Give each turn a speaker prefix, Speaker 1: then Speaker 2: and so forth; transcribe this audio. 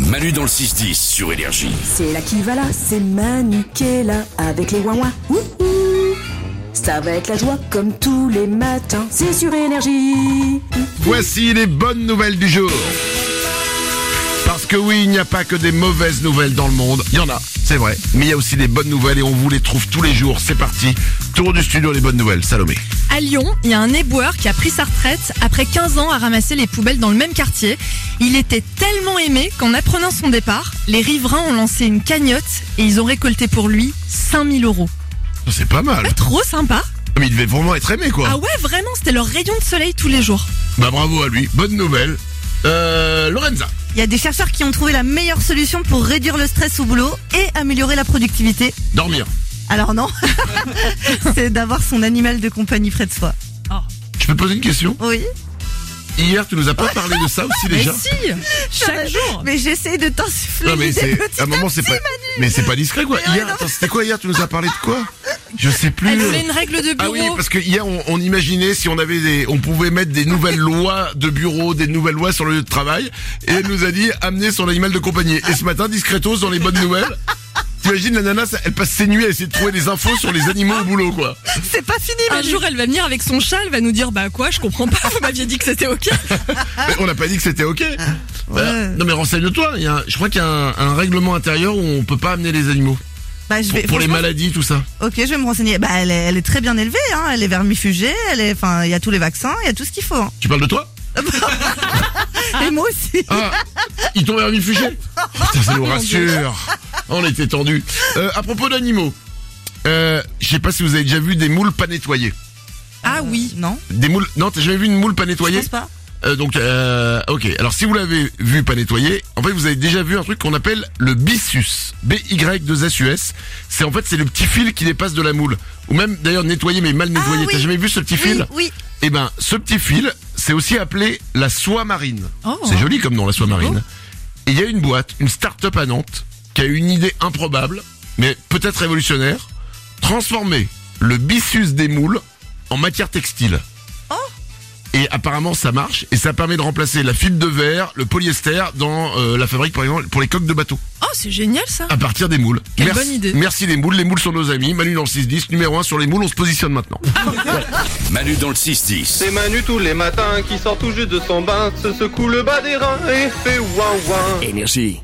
Speaker 1: Manu dans le 6-10 sur Énergie.
Speaker 2: C'est là qui va là, c'est Manu qui est là avec les ouin-ouin. Wouhou Ça va être la joie comme tous les matins, c'est sur Énergie.
Speaker 3: Voici les bonnes nouvelles du jour. Parce que oui, il n'y a pas que des mauvaises nouvelles dans le monde. Il y en a, c'est vrai. Mais il y a aussi des bonnes nouvelles et on vous les trouve tous les jours. C'est parti. Tour du studio, les bonnes nouvelles. Salomé.
Speaker 4: À Lyon, il y a un éboueur qui a pris sa retraite après 15 ans à ramasser les poubelles dans le même quartier. Il était tellement aimé qu'en apprenant son départ, les riverains ont lancé une cagnotte et ils ont récolté pour lui 5000 euros.
Speaker 3: C'est pas mal.
Speaker 4: Pas trop sympa
Speaker 3: Mais il devait vraiment être aimé, quoi.
Speaker 4: Ah ouais, vraiment, c'était leur rayon de soleil tous les jours.
Speaker 3: Bah bravo à lui. Bonne nouvelle. Euh, Lorenza.
Speaker 5: Il y a des chercheurs qui ont trouvé la meilleure solution pour réduire le stress au boulot et améliorer la productivité.
Speaker 3: Dormir.
Speaker 5: Alors non, c'est d'avoir son animal de compagnie près de soi.
Speaker 3: Je peux te poser une question
Speaker 5: Oui,
Speaker 3: Hier, tu nous as pas parlé de ça aussi déjà
Speaker 4: si Chaque jour
Speaker 5: mais j'essaie de t'insuffler
Speaker 3: Non, mais
Speaker 5: l'idée
Speaker 3: c'est.
Speaker 5: petit
Speaker 3: À un moment, c'est
Speaker 5: petit,
Speaker 3: pas. Mais c'est pas discret, quoi. Hier, attends, c'était quoi hier Tu nous as parlé de quoi Je sais plus.
Speaker 4: Elle voulait une règle de
Speaker 3: Ah
Speaker 4: bureau.
Speaker 3: oui, parce que hier on, on imaginait si on avait des, on pouvait mettre des nouvelles lois de bureau, des nouvelles lois sur le lieu de travail, et elle nous a dit amener son animal de compagnie. Et ce matin, discretos dans les bonnes nouvelles, t'imagines la nana, ça- elle passe ses nuits à essayer de trouver des infos sur les animaux au boulot, quoi.
Speaker 5: C'est pas fini,
Speaker 4: Un
Speaker 5: Manu.
Speaker 4: jour, elle va venir avec son chat, elle va nous dire Bah quoi, je comprends pas, vous m'aviez dit que c'était ok.
Speaker 3: Mais on n'a pas dit que c'était ok. Voilà. Non mais renseigne-toi. il y a un- Je crois qu'il y a un, un règlement intérieur où on peut pas amener les animaux
Speaker 5: Bah, je
Speaker 3: pour,
Speaker 5: vais,
Speaker 3: pour les
Speaker 5: franchement,
Speaker 3: maladies, tout ça.
Speaker 5: Ok, je vais me renseigner. Bah, elle est, elle est très bien élevée, hein. Elle est vermifugée, elle est, enfin, il y a tous les vaccins, il y a tout ce qu'il faut. hein.
Speaker 3: Tu parles de toi
Speaker 5: Et moi aussi.
Speaker 3: Ah, ils t'ont vermifugé Putain, ça nous
Speaker 5: Ah,
Speaker 3: rassure. On était tendus. Euh, à propos d'animaux, euh, je sais pas si vous avez déjà vu des moules pas nettoyées.
Speaker 5: Ah oui. Non.
Speaker 3: Des moules Non, t'as jamais vu une moule pas nettoyée
Speaker 5: Je pense pas.
Speaker 3: Euh, Donc, euh, ok. Alors, si vous l'avez vu pas nettoyée, en fait, vous avez déjà vu un truc qu'on appelle le byssus. B-Y-2-S-U-S. C'est en fait, c'est le petit fil qui dépasse de la moule. Ou même, d'ailleurs, nettoyé mais mal nettoyé.
Speaker 5: Ah oui.
Speaker 3: T'as jamais vu ce petit fil
Speaker 5: Oui,
Speaker 3: Eh ben, ce petit fil, c'est aussi appelé la soie marine.
Speaker 4: Oh.
Speaker 3: C'est joli comme nom, la soie marine. Et il y a une boîte, une start-up à Nantes, qui a eu une idée improbable, mais peut-être révolutionnaire, transformer le byssus des moules en matière textile.
Speaker 4: Oh.
Speaker 3: Et apparemment, ça marche, et ça permet de remplacer la fibre de verre, le polyester, dans euh, la fabrique, par exemple, pour les coques de bateau,
Speaker 4: Oh, c'est génial ça
Speaker 3: à partir des moules.
Speaker 4: Quelle
Speaker 3: merci,
Speaker 4: bonne idée.
Speaker 3: merci les moules, les moules sont nos amis. Manu dans le 6-10, numéro 1 sur les moules, on se positionne maintenant.
Speaker 1: Manu dans le 6-10.
Speaker 6: C'est Manu tous les matins qui sort tout juste de son bain, se secoue le bas des reins et fait ouin ouin.
Speaker 1: Énergie.